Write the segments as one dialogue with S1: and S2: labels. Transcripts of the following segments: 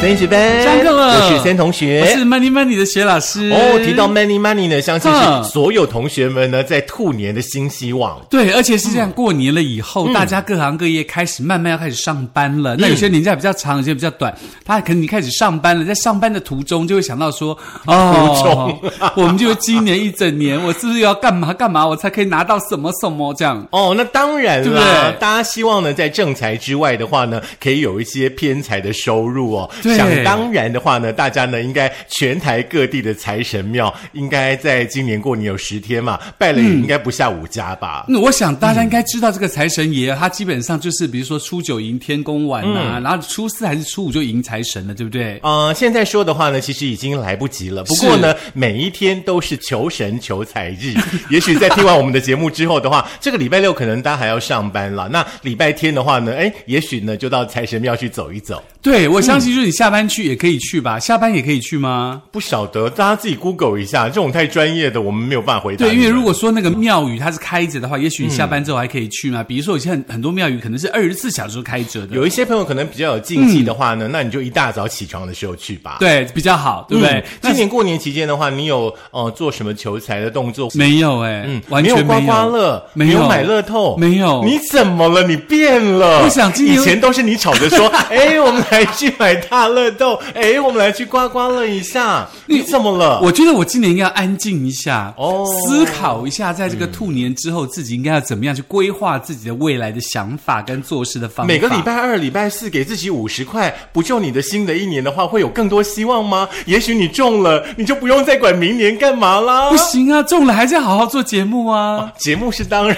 S1: 三十分，
S2: 上课了
S1: 我是森同
S2: 我
S1: 学
S2: 是。Money Money 的谢老师。
S1: 哎哦，提到 money money 呢，相信
S2: 嗯
S1: 是所有同学们呢在兔年的新希望。
S2: 对，而且是这样，过年了以后，
S1: 嗯
S2: 大家各行各业开始慢慢要开始上班了。那有些年假比较长，有些比较短，他可能你开始上班了，在上班的途中就会想 到说，哦， 途中我们就今年一整年，我是不是要干嘛干嘛，我才可以拿到什么什么这样？
S1: 哦，那当然
S2: 对不
S1: 啦
S2: 对，
S1: 大家希望呢，在正财之外的话呢，可以有一些偏财的收入哦。
S2: 对
S1: 想当然的话呢，大家呢应该全台各地的财神庙，应该在今年过年有十天嘛，拜了
S2: 嗯
S1: 也应该不下五家吧。
S2: 那我想大家应该知道这个财神爷，他基本上就是比如说初九迎天公晚呐、
S1: 嗯
S2: 然后初四还是初五就迎财神了，对不对？
S1: 呃，现在说的话呢，其实已经来不及了。不过呢，每一天都是求神求财日。 也许在听完我们的节目之后的话， 这个礼拜六可能大家还要上班了。那礼拜天的话呢，哎，也许呢就到财神庙去走一走。
S2: 对，我
S1: 嗯
S2: 相信就是你下班去也可以去吧，下班也可以去吗？
S1: 不晓得大家自己 Google 一下，这种太专业的我们没有办法回答你们。
S2: 对，因为如果说那个庙宇它是开着的话，也许你下班之后还可以去嘛。比如说，有些很很多庙宇可能是二十四小时都开着的，
S1: 有一些朋友可能比较有禁忌的话呢，那你就一大早起床的时候去吧。
S2: 嗯对比较好，对不对
S1: 嗯？
S2: 那
S1: 今年过年期间的话，你有呃做什么求财的动作？
S2: 没有哎，
S1: 嗯，
S2: 完全
S1: 没
S2: 没
S1: 有刮刮乐，
S2: 没有
S1: 买乐透，
S2: 没有
S1: 你怎么了？你变了。
S2: 我想今
S1: 以
S2: 年
S1: 前都是你吵着说， 哎，我们来去买大乐透，哎，我们来去刮刮乐一下。你怎么了？
S2: 我觉得我今年应该要安静一下，
S1: 哦
S2: 思考一下，在这个兔年之后，自己应该要怎么样去规划自己的未来的想法跟做事的方法。
S1: 每个礼拜二、礼拜四给自己五十块，不就你的新的一年的话，会有更多希望吗？也许你中了，你就不用再管明年干嘛啦
S2: 不。行啊，中了还是要好好做节目啊。
S1: 哦节目是当然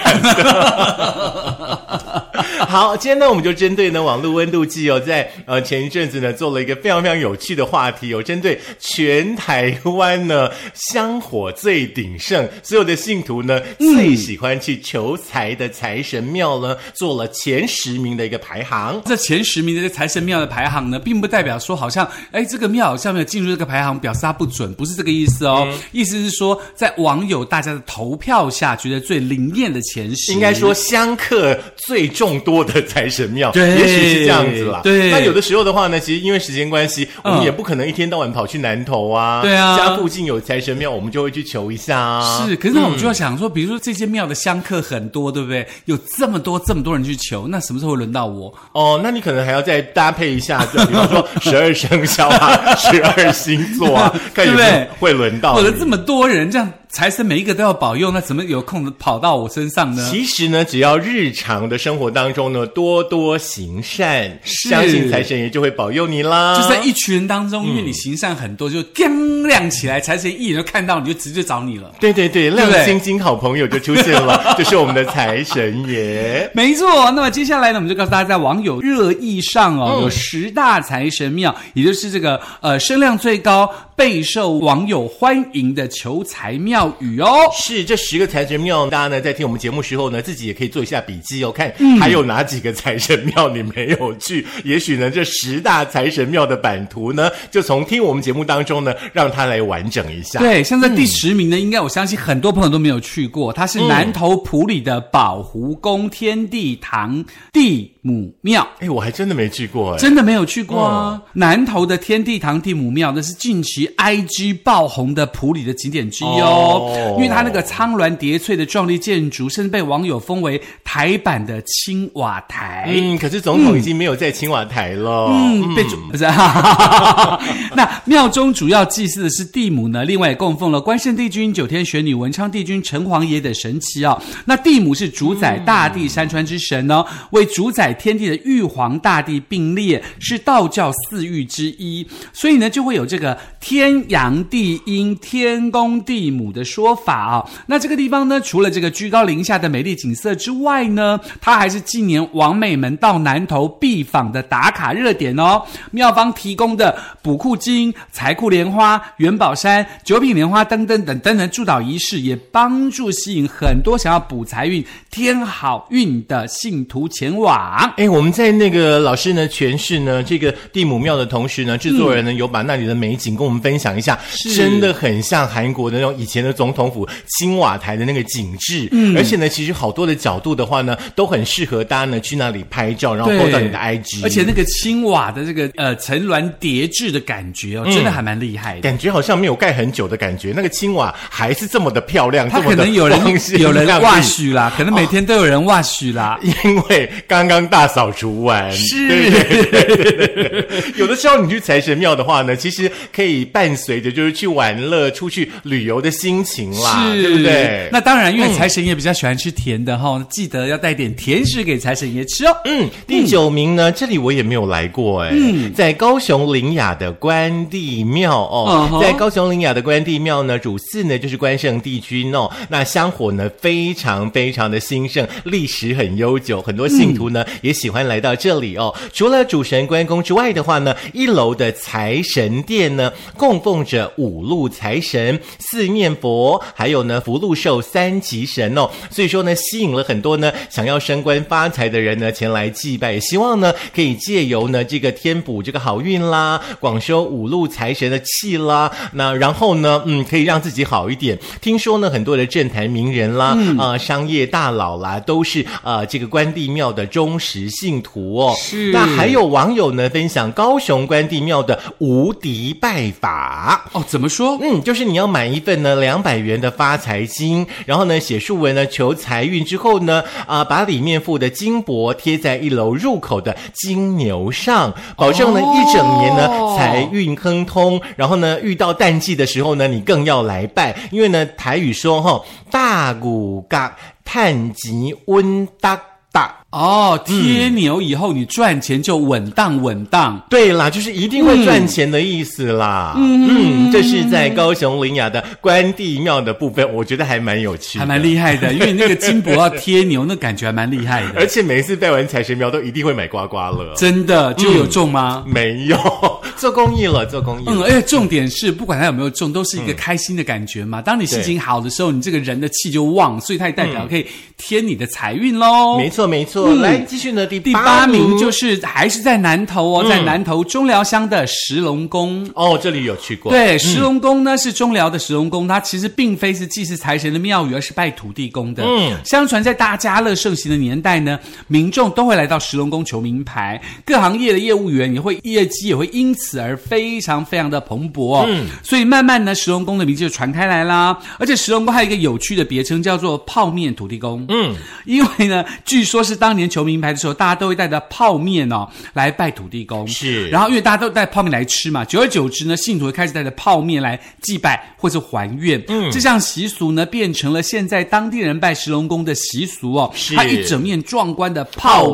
S1: 的。好，今天呢，我们就针对呢网络温度计哦，在呃前一阵子呢做了一个非常非常有趣的话题哦，针对全台湾呢香火最鼎盛，所有的信徒呢、最喜欢去求财的财神庙呢，做了前十名的一个排行。
S2: 这前十名的这财神庙的排行呢，并不代表说好像，哎，这个庙好像没有进入这个排行，表示它不准，不是这个意思哦。
S1: 嗯
S2: 意思是说，在网友大家的投票下，觉得最灵验的前十，
S1: 应该说香客最众多的财神庙，
S2: 对
S1: 也许是这样子啦。
S2: 对
S1: 那有的时候的话呢，其实因为时间关系，我们
S2: 嗯
S1: 也不可能一天到晚跑去南投啊，
S2: 对啊
S1: 家附近有财神庙，我们就会去求一下啊。
S2: 是。可是那我们就要想说，比如说这间庙的香客很多，对不对？有这么多这么多人去求，那什么时候会轮到我？
S1: 哦，那你可能还要再搭配一下，就比方 说十二生肖啊，十二星座啊，看有没
S2: 对
S1: 有
S2: 不对
S1: 会轮到
S2: 我的
S1: 你
S2: 这么多人，这样财神每一个都要保佑，那怎么有空跑到我身上呢？
S1: 其实呢，只要日常的生活当中呢，多多行善，
S2: 是
S1: 相信财神爷就会保佑你啦。
S2: 就是在一群人当
S1: 嗯
S2: 中，因为你行善很多，就叮亮起来，财神一眼就看到你，就直接找你了。
S1: 对对对，
S2: 不
S1: 亮
S2: 对
S1: 晶晶好朋友就出现了， 就是我们的财神爷。
S2: 没错，那么接下来呢，我们就告诉大家，在网友热议上哦，有十大财神庙，也就是这个呃声量最高、备受网友欢迎的求财庙宇哦。
S1: 是这十个财神庙，大家呢在听我们节目时候呢，自己也可以做一下笔记哦，看还有哪几个财神庙你没有去。 也许呢，这十大财神庙的版图呢，就从听我们节目当中呢，让它来完整一下。
S2: 对，像在第十名呢，应该我相信很多朋友都没有去过，它是南投埔里的宝湖宫天地堂地母庙。
S1: 哎，我还真的没去过哎。哦
S2: 真的没有去过啊！南投的天地堂地母庙，那是近期 IG 爆红的普里的景点之一哦。
S1: 哦
S2: 因为它那个苍峦叠翠的壮丽建筑，甚至被网友封为台版的青瓦台。
S1: 嗯，可是总统已经没有在青瓦台了。
S2: 嗯，被主不是、哈哈哈哈 那庙中主要祭祀的是地母呢，另外也供奉了关圣帝君、九天玄女、文昌帝君、城隍爷等神祇哦。那地母是主宰大地山川之神哦，为主宰天地的玉皇大帝并列，是道教四御之一，所以呢就会有这个天阳地阴、天公地母的说法哦。那这个地方呢，除了这个居高临下的美丽景色之外呢，它还是近年王美们到南投必访的打卡热点哦。庙方提供的补库金、财库莲花、元宝山、九品莲花等等等等等祝祷仪式，也帮助吸引很多想要补财运、添好运的信徒前往。法。
S1: 哎，我们在那个老师呢诠释呢这个地母庙的同时呢，制作人呢、有把那里的美景跟我们分享一下，真的很像韩国的那种以前的总统府青瓦台的那个景致。嗯，而且呢，其实好多的角度的话呢，都很适合大家呢去那里拍照，然后
S2: 对，
S1: 播到你的 IG。
S2: 而且那个青瓦的这个呃层峦叠嶂的感觉哦，真的还蛮厉害的。
S1: 感觉好像没有盖很久的感觉，那个青瓦还是这么的漂亮，
S2: 他
S1: 这么
S2: 可
S1: 的
S2: 能有人
S1: 光鲜
S2: 有人
S1: 亮丽哦
S2: 哇许啦，可能每天都有人哇许啦。
S1: 因为刚刚大扫除完，
S2: 是
S1: 对对对对对 有的时候你去财神庙的话呢，其实可以伴随着就是去玩乐、出去旅游的心情啦，
S2: 是，
S1: 对不对？
S2: 那当然，因为财神爷比较喜欢吃甜的哈、记得要带点甜食给财神爷吃哦。
S1: 嗯，第九名呢，这里我也没有来过哎、在高雄林雅的关帝庙哦
S2: 嗯哼
S1: 在高雄林雅的关帝庙呢，主祀呢就是关圣帝君哦。那香火呢非常非常的兴盛，历史很悠久，很多信徒呢、也喜欢来到这里哦。除了主神关公之外的话呢，一楼的财神殿呢供奉着五路财神、四面佛，还有呢福禄寿三吉神哦。所以说呢，吸引了很多呢想要升官发财的人呢前来祭拜，也希望呢可以借由呢这个添补这个好运啦，广收五路财神的气啦。那然后呢，嗯，可以让自己好一点。听说呢，很多的政坛名人啦，啊、商业大佬啦，都是呃这个关帝庙的忠实信徒哦。
S2: 是
S1: 那还有网友呢分享高雄关帝庙的无敌拜法。
S2: 哦，怎么说？
S1: 嗯，就是你要买一份呢两百元的发财金，然后呢写竖文呢求财运之后呢，啊、把里面附的金箔贴在一楼入口的金牛上，保证呢、
S2: 哦
S1: 一整年呢财运亨通。然后呢遇到淡季的时候呢，你更要来拜，因为呢台语说哈、大骨嘎探吉温达达。
S2: 哦，贴牛以后你赚钱就稳当稳当。
S1: 对啦，就是一定会赚钱的意思啦。嗯，这是在高雄林雅的关帝庙的部分，我觉得还蛮有趣，
S2: 还蛮。厉 害的，因为那个金箔要贴牛，那感觉还蛮厉害
S1: 而
S2: 的。
S1: 且每一次拜完财神庙，都一定会买刮刮乐。
S2: 真的就有中吗？
S1: 没有 做公益了，做公益
S2: 嗯，
S1: 了。
S2: 而且重点是，不管他有没有中，都是一个
S1: 嗯
S2: 开心的感觉嘛。当你心情好的时候，你这个人的气就旺，所以它也代
S1: 嗯
S2: 表可以添你的财运喽。
S1: 没错，没错。
S2: 嗯
S1: 来，继续呢，第
S2: 第八名就是是还是在南投哦，在南投中寮乡的石龙宫。
S1: 哦，这里有去过。，
S2: 对，石龙宫呢、是中寮的石龙宫，它其实并非是祭祀财神的庙宇，而是拜土地公的。
S1: 嗯
S2: 相传在大家乐盛行的年代呢，民众都会来到石龙宫求名牌，各行业的业务员也会业绩也会因此而非常非常的蓬勃、哦。嗯，所以慢慢呢，石龙宫的名字就传开来啦。而且石龙宫还有一个有趣的别称，叫做泡面土地公。嗯，因为呢，据说是当年求名牌的时候，大家都会带着泡面哦来拜土地公。
S1: 是
S2: 然后因为大家都带泡面来吃嘛，久而久之呢，信徒会开始带着泡面来祭拜或是还愿。嗯，这项习俗呢，变成了现在当地人拜石龙宫的习俗哦。
S1: 是
S2: 它一整面壮观的泡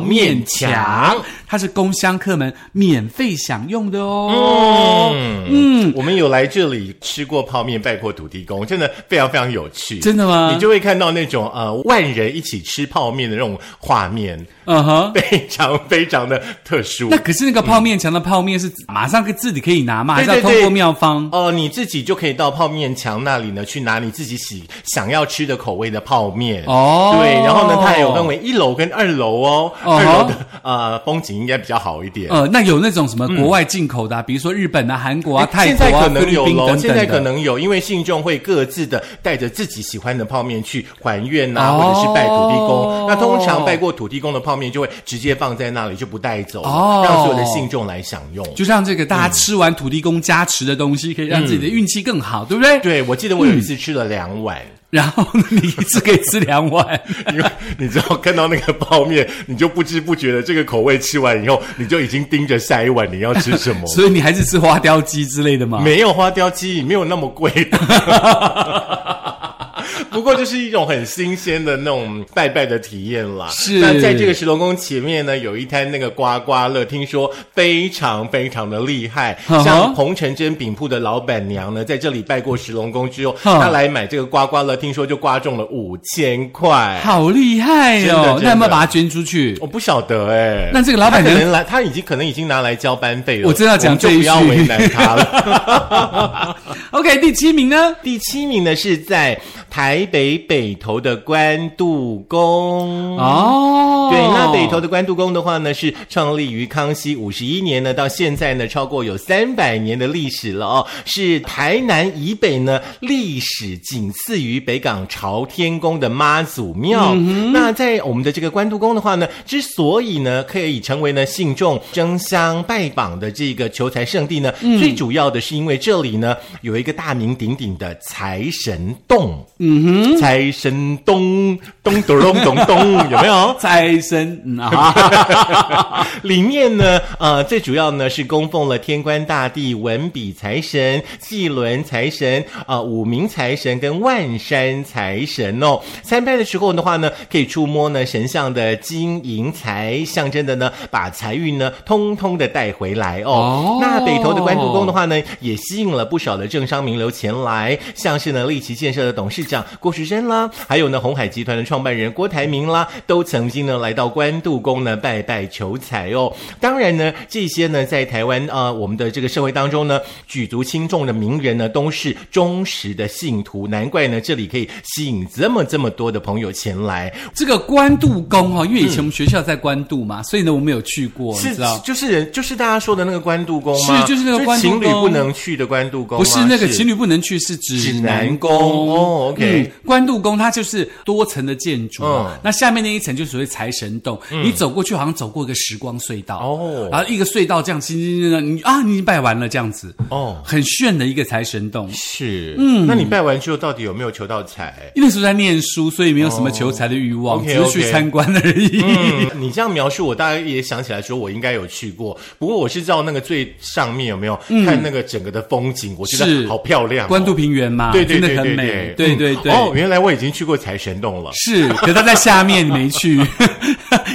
S1: 泡
S2: 面墙
S1: 面墙，
S2: 它是供香客们免费享用的哦。
S1: 嗯，我们有来这里吃过泡面，拜过土地公，真的非常非常有趣。
S2: 真的吗
S1: 你就会看到那种呃万人一起吃泡面的那种画面，
S2: 嗯哼。
S1: 非常非常的特殊。
S2: 那可是那个泡面墙的泡面是马上可自己可以拿嘛，还
S1: 对
S2: 是要
S1: 对
S2: 通
S1: 对
S2: 过妙方？
S1: 哦、你自己就可以到泡面墙那里呢，去拿你自己喜想要吃的口味的泡面。
S2: 哦
S1: 对，然后呢，它还有分为一楼跟二楼哦。
S2: 哦
S1: 二楼的呃风景应该比较好一点。
S2: 呃，那有那种什么国外进口的、啊，比如说日本啊、韩国啊、泰
S1: 哎现在
S2: 国啊、
S1: 可
S2: 菲
S1: 能
S2: 律
S1: 有
S2: 宾等
S1: 喽，
S2: 等
S1: 现在可
S2: 的。
S1: 能有，因为信众会各自的带着自己喜欢的泡面去还愿呐、啊或者是拜土地
S2: 哦
S1: 公。那通常拜过土地公的泡面就会直接放在那里，就不带走了，
S2: 哦
S1: 让所有的信众来享用。
S2: 就像这个大家吃完土地公加持的东西，可以让自己的运气更好，对不对？
S1: 对，我记得我有一次吃了两碗。
S2: 然后呢你一次可以吃 两碗，
S1: 因为你知道看到那个泡面，你就不知不觉的这个口味吃完以后，你就已经盯着下一碗你要吃什么。
S2: 所以你还是吃花雕鸡之类的吗？
S1: 没有花雕鸡，没有那么贵。 不过就是一种很新鲜的那种拜拜的体验啦。
S2: 是
S1: 那在这个石龙宫前面呢，有一摊那个刮刮乐，听说非常非常的厉害。
S2: 嗯哼
S1: 像彭城真饼铺的老板娘呢，在这里拜过石龙宫之后，
S2: 嗯
S1: 她来买这个刮刮乐，听说就刮中了五千块。
S2: 好厉害
S1: 真的
S2: 哦！
S1: 真
S2: 那有没
S1: 的
S2: 有把它捐出去？
S1: 我不晓得哎、
S2: 那这个老板
S1: 他
S2: 娘
S1: 可能来，他已经可能已经拿来交班费了。
S2: 我正要讲
S1: 们就
S2: 这一
S1: 不要
S2: 句
S1: 为难他了。
S2: OK，第七名呢？
S1: 第七名呢是在台台北北投的关渡宫。嗯
S2: 哦，
S1: 对，那北投的关渡宫的话呢，是创立于康熙五十一年呢，到现在呢，超过有三百年的历史了哦。是台南以北呢，历史仅次于北港朝天宫的妈祖庙。那在我们的这个关渡宫的话呢，之所以呢可以成为呢信众争相拜访的这个求财圣地呢，最主要的是因为这里呢有一个大名鼎鼎的财神洞。嗯哼，财神洞咚咚咚咚咚，有没有？
S2: 财神 嗯啊，
S1: 里面呢，呃，最主要呢是供奉了天官大帝、文笔财神、祭轮财神、啊、五明财神跟万山财神哦。参拜的时候的话呢，可以触摸呢神像的金银财，象征的呢把财运呢通通的带回来哦。
S2: 哦
S1: 那北投的关渡宫的话呢，也吸引了不少的政商名流前来，像是呢立奇建设的董事长郭时珍啦，还有呢红海集团的创办人郭台铭啦，都曾经呢来到关渡宫呢拜拜求财哦。当然呢，这些呢在台湾啊、呃我们的这个社会当中呢，举足轻重的名人呢都是忠实的信徒，难怪呢这里可以吸引这么这么多的朋友前来，
S2: 这个关渡宫哦哈，因为以前我们学校在关渡嘛，所以呢我们有去过，你
S1: 嗯是
S2: 知道。
S1: 就是人就是大家说的那个关渡宫吗？
S2: 是就是那个关渡
S1: 情
S2: 宫
S1: 侣不能去的关渡宫吗，
S2: 不是那个情
S1: 侣。
S2: 侣不能去，是指
S1: 指
S2: 南
S1: 南宫
S2: 宫
S1: 哦，OK
S2: 嗯关渡宫它就是多层的建筑嘛，
S1: 嗯
S2: 那下面那一层就是所谓财神洞，你走过去好像走过一个时光隧道
S1: 哦
S2: 然后一个隧道这样轻轻轻的，你啊你已经拜完了这样子
S1: 哦
S2: 很炫的一个财神洞。
S1: 是，嗯，那你拜完之后到底有没有求到 财？
S2: 因为那时候在念书，所以没有什么求财的欲望
S1: 哦
S2: 只是去
S1: OK，OK
S2: 参观而已。
S1: 嗯，你这样描述，我大概也想起来说，我应该有去过。不过我是照那个最上面有没有、看那个整个的风景，我觉
S2: 嗯是
S1: 得好漂亮、哦。
S2: 关渡平原嘛，
S1: 对对对
S2: 真的
S1: 对
S2: 很美
S1: 对，
S2: 对对
S1: 嗯
S2: 对。
S1: 哦，原来我已经去过财神洞了。
S2: 是，可他在下面你没去，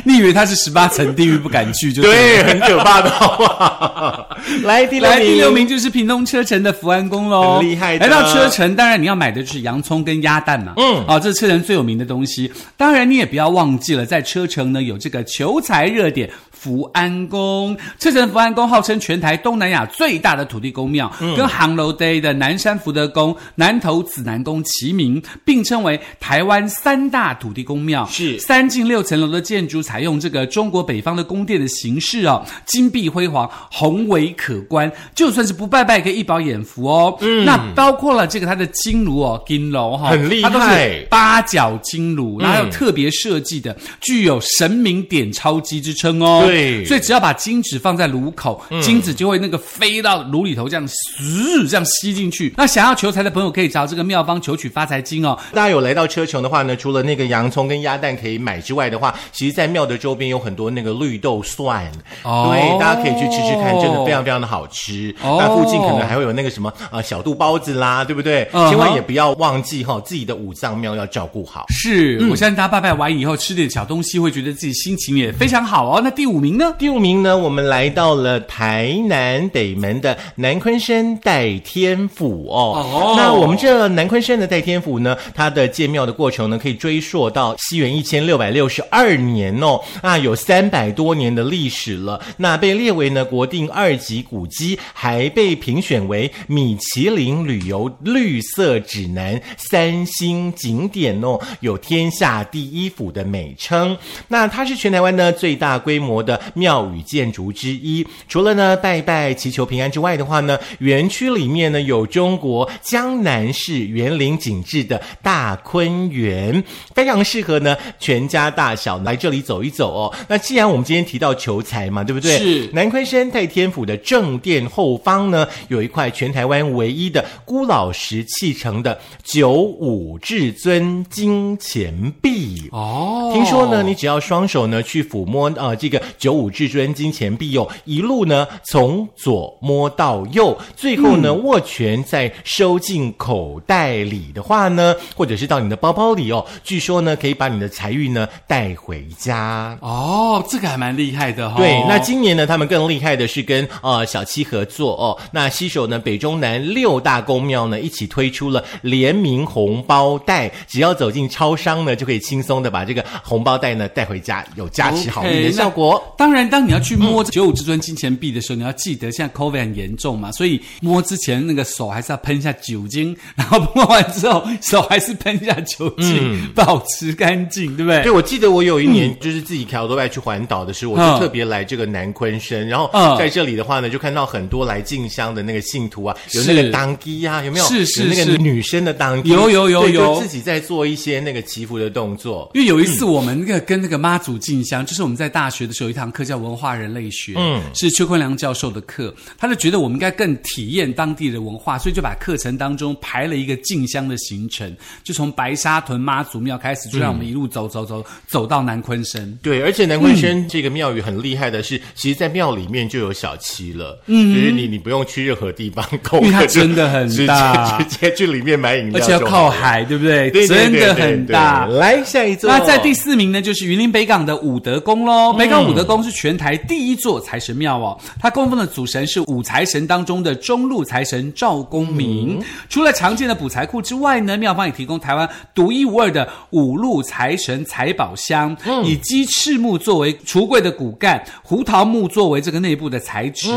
S2: 你以为他是十八层地狱不敢去就了
S1: 对，很可怕的，好不好？ 来第六
S2: 来
S1: 名，
S2: 第六名就是屏东车城的福安宫喽，
S1: 很厉害的
S2: 来到车城，当然你要买的就是洋葱跟鸭蛋嘛，嗯，啊，这是车城最有名的东西。当然你也不要忘记了，在车城呢有这个求财热点。福安宫，车城福安宫号称全台东南亚最大的土地公庙，
S1: 嗯
S2: 跟杭楼 day 的南山福德宫、南投指南宫齐名，并称为台湾三大土地公庙。
S1: 是
S2: 三进六层楼的建筑采用这个中国北方的宫殿的形式哦，金碧辉煌，宏伟可观，就算是不拜拜也可以一饱眼福哦。嗯，那包括了这个它的金炉哦，金楼哈、
S1: 很厉害嗯
S2: 它都是八角金炉，然后有特别设计的，具有神明点钞机之称哦。
S1: 对嗯
S2: 所以只要把金纸放在炉口，金子就会那个飞到炉里头，这样嘶这样吸进去。那想要求财的朋友可以找这个妙方求取发财金哦。
S1: 大家有来到车城的话呢，除了那个洋葱跟鸭蛋可以买之外的话，其实，在庙的周边有很多那个绿豆蒜，
S2: 哦
S1: 对，大家可以去吃吃看，真的非常非常的好吃。
S2: 哦
S1: 那附近可能还会有那个什么呃小肚包子啦，对不对？
S2: 嗯哼
S1: 千万也不要忘记哈、自己的五脏庙要照顾好。
S2: 是，我相信大家拜拜完以后吃点小东西，会觉得自己心情也非常好哦。那第五名呢？
S1: 第五名呢，我们来到了台南北门的南昆山代天府哦。
S2: 哦
S1: 那我们这南昆山的代天府呢，它的建庙的过程呢，可以追溯到西元一千六百六十二年哦，啊，有三百多年的历史了。那被列为呢国定二级古迹，还被评选为米其林旅游绿色指南三星景点哦，有天下第一府的美称。那它是全台湾呢最大规模的庙宇建筑之一。除了呢拜拜祈求平安之外的话呢，园区里面呢有中国江南市园林景致的大昆园，非常适合呢全家大小来这里走一走哦。那既然我们今天提到求财嘛，对不对？
S2: 是
S1: 南昆山太天府的正殿后方呢，有一块全台湾唯一的孤老石砌成的九五至尊金钱币
S2: 哦
S1: 听说呢，你只要双手呢去抚摸呃这个九五至尊金钱币哦，一路呢从左摸到右，最后呢、握拳再收进口袋里的话呢，或者是到你的包包里哦，据说呢可以把你的财运呢带回家。
S2: 哦，这个还蛮厉害的哈、哦。
S1: 对，那今年呢，他们更厉害的是跟啊、呃小七合作哦。那西首呢，北中南六大公庙呢一起推出了联名红包袋，只要走进超商呢，就可以轻松的把这个红包袋呢带回家，有加持好运的
S2: OK，
S1: 效果。
S2: 那当然，当你要去摸九五至尊金钱币的时候，你要记得现在 COVID 很严重嘛，所以摸之前那个手还是要喷一下酒精，然后摸完之后手还是喷一下酒精，保持干净，对不对？
S1: 对，我记得我有一年就是自己开 o 多外去环岛的时候，我
S2: 嗯
S1: 就特别来这个南昆山，然后
S2: 嗯
S1: 在这里的话呢，就看到很多来进香的那个信徒啊，有那个
S2: 是
S1: 当机啊，有没有？
S2: 是是
S1: 有那个
S2: 是
S1: 女生的当机，
S2: 有有有
S1: 对就
S2: 有
S1: 自己在做一些那个祈福的动作。
S2: 因为有一次我们那个跟那个妈祖进香，就是我们在大学的时候有一堂课叫文化人类学，嗯，是邱坤良教授的课，他就觉得我们应该更体验当地的文化，所以就把课程当中排了一个进香的行程，就从白沙屯妈祖庙开始，就让我们一路走走走走到南昆山。
S1: 对，而且南昆
S2: 嗯
S1: 山这个庙宇很厉害的是，其实，在庙里面就有小七了，嗯，就是你你不用去任何地方购，
S2: 因为它真的很
S1: 直接
S2: 大
S1: 直接去里面买饮料就
S2: 而
S1: 好
S2: 且
S1: 了，
S2: 要靠海，对不对？
S1: 对，对
S2: 真
S1: 对
S2: 的
S1: 对
S2: 很
S1: 对
S2: 大。
S1: 来下一座，
S2: 那在第四名呢，就是云林北港的武德宫喽。北港武德宫是全台第一座财神庙哦，它供奉的主神是五财神当中的中路财神赵公明。除了常见的补财库之外呢，庙方也提供台湾独一无二的五路财神财宝箱，以鸡翅木作为橱柜的骨干，胡桃木作为这个内部的材质，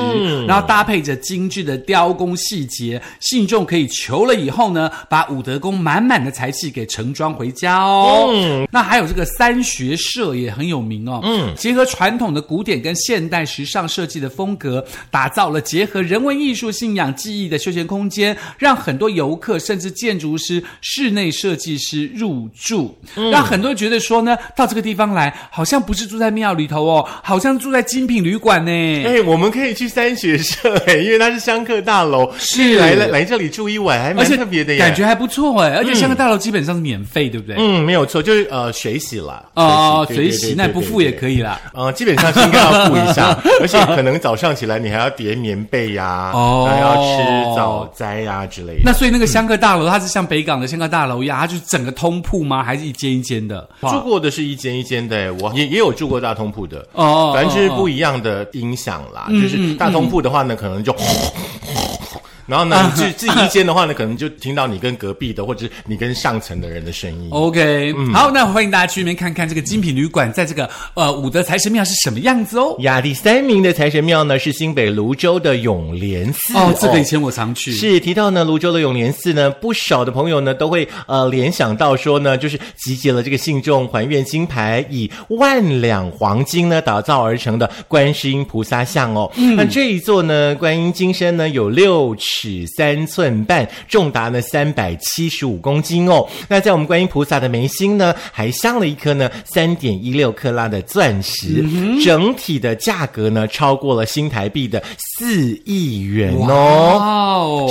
S2: 然后搭配着精致的雕工细节，信众可以求了以后呢，把武德宫满满的财气给盛装回家哦。
S1: 嗯
S2: 那还有这个三学社也很有名哦。嗯，结合传统的古典跟现代时尚设计的风格，打造了结合人文艺术信仰技艺的休闲空间，让很多游客甚至建筑师、室内设计师入住，
S1: 嗯
S2: 让很多人觉得说呢，到这个地方来，好像不是住在庙里头哦，好像住在精品旅馆呢。
S1: 哎、我们可以去三学社哎、因为它是香客大楼，
S2: 是
S1: 来来来这里住一晚，还蛮
S2: 而且
S1: 特别的耶。
S2: 感觉还不错哎，而且香港大楼基本上是免费，对不对？
S1: 嗯，没有错，就是呃水洗啦，
S2: 哦，
S1: 水
S2: 随喜那不付也
S1: 以。对对对对
S2: 可以啦。
S1: 呃，基本上是应该要付一 下，而且可能早上起来你还要叠棉被呀、
S2: 哦
S1: 还要吃早斋呀、之类的。
S2: 那所以那个香客大楼，它是像北港的香客大楼一样，它就是整个通铺吗？还是一间一间的？
S1: 住过的是一间一间的耶，我也也有住过大通铺的，
S2: 哦嗯
S1: 反正就是不一样的音响啦。就是大通铺的话呢，可能就。 然后 呢，你自自己一间的话呢，可能就听到你跟隔壁的，或者是你跟上层的人的声音。
S2: 哦 OK，、好，
S1: 嗯
S2: 那欢迎大家去里面看看这个精品旅馆，在这个呃武德财神庙是什么样子哦。
S1: 亚第三名的财神庙呢是新北泸州的永联寺
S2: 哦，这个以前我常去，
S1: 是提到呢，泸州的永联寺呢，不少的朋友呢都会呃联想到说呢，就是集结了这个信众还愿金牌，以万两黄金呢打造而成的观世音菩萨像哦。
S2: 嗯
S1: 那这一座呢，观音金身呢有六尺三寸半，重达呢三百七十五公斤哦。那在我们观音菩萨的眉心呢，还镶了一颗呢三点一六克拉的钻石，
S2: 嗯
S1: 整体的价格呢超过了新台币的四亿元
S2: 哇
S1: 哦。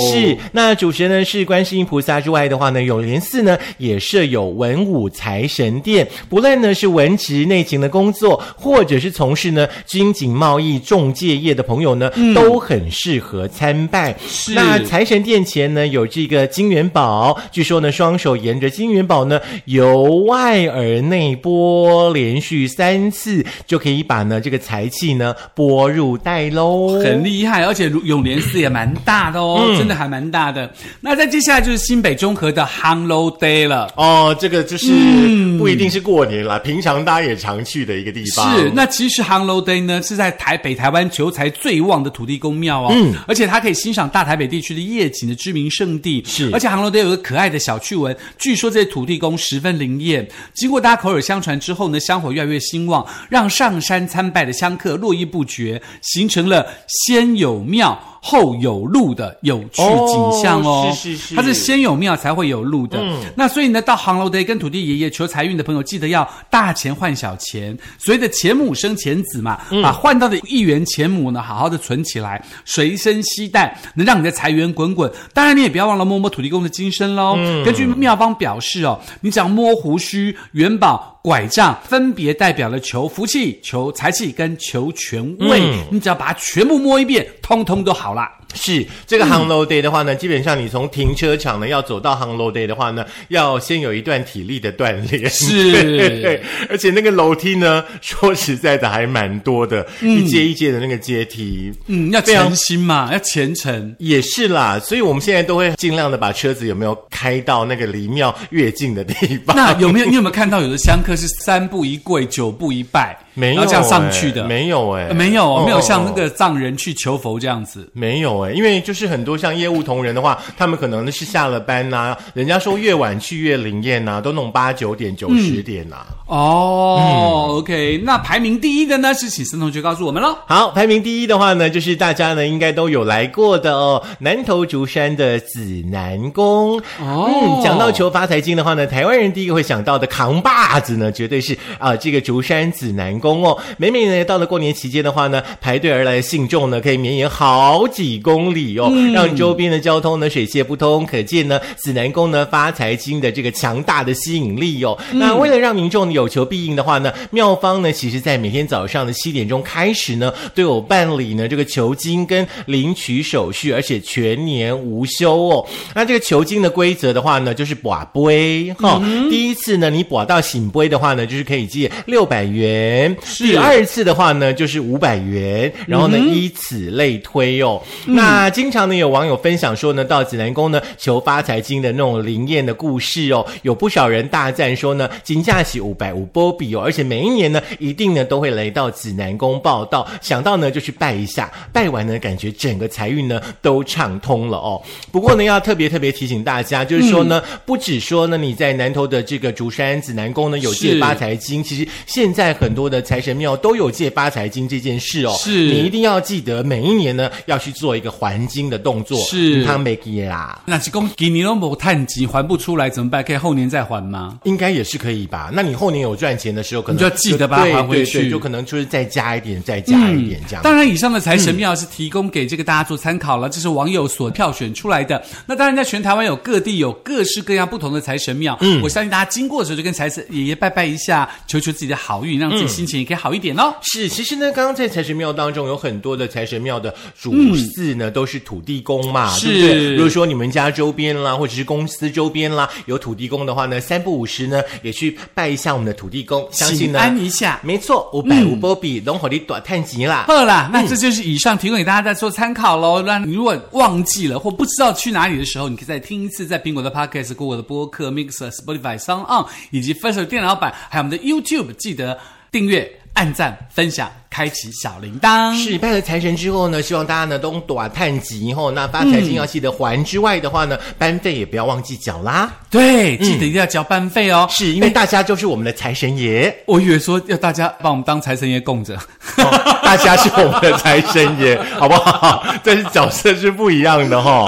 S2: 哦，
S1: 是，那主神呢是观世音菩萨之外的话呢，永联寺呢也设有文武财神殿，不论呢是文职内勤的工作，或者是从事呢军警贸易中介业的朋友呢，都很适合参拜。
S2: 嗯是
S1: 那财神殿前呢有这个金元宝，据说呢双手沿着金元宝呢由外而内拨，连续三次就可以把呢这个财气呢拨入袋喽。
S2: 很厉害，而且如永联寺也蛮大的
S1: 嗯
S2: 哦，真的还蛮大的。那再接下来就是新北中和的 Hello Day 了。
S1: 哦，这个就是
S2: 嗯
S1: 不一定是过年啦，平常大家也常去的一个地方。
S2: 是，那其实杭楼 Day 呢是在台北台湾求财最旺的土地公庙哦，嗯，而且它可以欣赏大台北地区的夜景的知名胜地，
S1: 是
S2: 而且杭楼 Day 有个可爱的小趣闻，据说这些土地公十分灵验，经过大家口耳相传之后呢，香火越来越兴旺，让上山参拜的香客络绎不绝，形成了先有庙后有路的有趣景象哦，
S1: 哦是是是嗯
S2: 它是先有庙才会有路的。那所以呢，到杭楼 day 跟土地爷爷求财运的朋友，记得要大钱换小钱，所谓的钱母生钱子嘛，
S1: 嗯
S2: 把换到的一元钱母呢，好好的存起来，随身携带，能让你的财源滚滚。当然，你也不要忘了摸摸土地公的金身喽。
S1: 嗯
S2: 根据庙方表示哦，你只要摸胡须、元宝。拐杖分别代表了求
S1: 嗯
S2: 福气、求财气跟求权位，你只要把它全部摸一遍，通通都好啦。
S1: 是这个 Hang Low Day 的话呢，基本上你从停车场呢要走到 Hang Low Day 的话呢，要先有一段体力的锻炼。
S2: 是
S1: 对，而且那个楼梯呢，说实在的还蛮多的，一阶一阶的那个阶梯。
S2: 嗯，要
S1: 非常
S2: 诚心嘛，要虔诚。
S1: 也是啦，所以我们现在都会尽量的把车子有没有开到那个离庙越近的地方。
S2: 那有没有你有没有看到有的香客是三步一跪，九步一拜，
S1: 没
S2: 然
S1: 有
S2: 后这样上去
S1: 欸
S2: 的？
S1: 没有哎、
S2: 呃没有哦，没有像那
S1: 个。
S2: 个藏人去求佛这样子。
S1: 没有哎诶，因为就是很多像业务同仁的话，他们可能是下了班呐、人家说越晚去越灵验呐、都弄八九点、九十点呐、
S2: 哦、o k 那排名第一的呢，是请森同学告诉我们喽。
S1: 好，排名第一的话呢，就是大家呢应该都有来过的哦，南投竹山的指南宫。
S2: 哦
S1: 嗯，讲到求发财经的话呢，台湾人第一个会想到的扛把子呢，绝对是啊、这个竹山指南宫哦。每每呢到了过年期间的话呢，排队而来的信众呢，可以绵延好几公里哦，让周边的交通呢水泄不通。可见呢，指南宫呢发财经的这个强大的吸引力哦。那为了让民众有求必应的话呢，妙方呢，其实在每天早上的七点钟开始呢，都有办理呢这个求经跟领取手续，而且全年无休哦。那这个求经的规则的话呢，就是把杯哈，第一次呢你把到醒杯的话呢，就是可以借六百元，
S2: 是
S1: 第二次的话呢就是五百元，然后呢、依此类推哦。那经常呢有网友分享说呢，到指南宫呢求发财经的那种灵验的故事哦，有不少人大赞说呢，金价喜五百五波比哦，而且每一年呢一定呢都会来到指南宫报道，想到呢就去拜一下，拜完呢感觉整个财运呢都畅通了哦。不过呢要特别特别提醒大家，就是说呢，不只说呢你在南投的这个竹山指南宫呢有借
S2: 是
S1: 发财经，其实现在很多的财神庙都有借发财经这件事哦，
S2: 是
S1: 你一定要记得每一年呢要去做一个还金的动作，
S2: 是
S1: 他没给啊啦。
S2: 那是公给你都没探及还不出来怎么办？可以后年再还吗？
S1: 应该也是可以吧？那你后年有赚钱的时候，可能
S2: 你就要记得把它
S1: 对
S2: 还回
S1: 对
S2: 去
S1: 对就可能就是再加一点，再加一点这样。
S2: 嗯当然，以上的财神庙是提供给这个大家做参考了，这是网友所票选出来的。那当然，在全台湾有各地有各式各样不同的财神庙，嗯，我相信大家经过的时候就跟财神爷爷拜拜一下，求求自己的好运，
S1: 嗯
S2: 让自己心情也可以好一点哦。
S1: 是，其实呢，刚刚在财神庙当中有很多的财神庙的主祀呢，都是土地公嘛，
S2: 是
S1: 对不对？如果说你们家周边啦，或者是公司周边啦，有土地公的话呢，三不五时呢，也去拜一下我们的土地公，相信
S2: 请
S1: 呢，
S2: 安一下。
S1: 没错，五百五波比龙火力短探吉啦。
S2: 好啦，那这就是以上提供给大家在做参考喽。那你如果忘记了或不知道去哪里的时候，你可以再听一次，在苹果的 Podcast、Google 的播客、Mixer、Spotify、s o n On 以及 First 电脑版，还有我们的 YouTube，记得订阅、按赞、分享、开启小铃铛。
S1: 是拜了财神之后呢，希望大家呢都短探吉后，那发财金要记得还之外的话呢，
S2: 嗯
S1: 班费也不要忘记缴啦。
S2: 对，记得一定要交班费哦。
S1: 嗯是因为大家就是我们的财神爷。
S2: 我以为说要大家把我们当财神爷供着，
S1: 哦大家是我们的财神爷，好不好？但是角色是不一样的哈、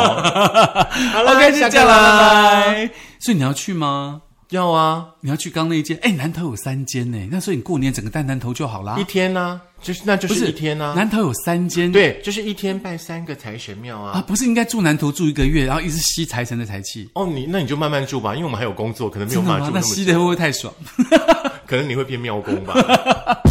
S1: 好啦
S2: OK，
S1: 下
S2: 就
S1: 课
S2: 这样
S1: 啦
S2: 啦，
S1: 拜
S2: 拜拜。所以你要去吗？
S1: 要啊，
S2: 你要去刚那一间？哎，南头有三间呢，那所以你过年整个蛋南头就好啦
S1: 一。天呢、啊就是那就
S2: 不
S1: 是一天呢、
S2: 南头有三间，
S1: 对，就是一天拜三个财神庙
S2: 啊，
S1: 啊。
S2: 不是应该住南头住一个月，然后一直吸财神的财气，
S1: 哦，你那你就慢慢住吧，因为我们还有工作，可能没有
S2: 真的
S1: 办法
S2: 吗
S1: 住？那
S2: 那
S1: 么
S2: 吸
S1: 久，
S2: 的会不会太爽？
S1: 可能你会变庙工吧。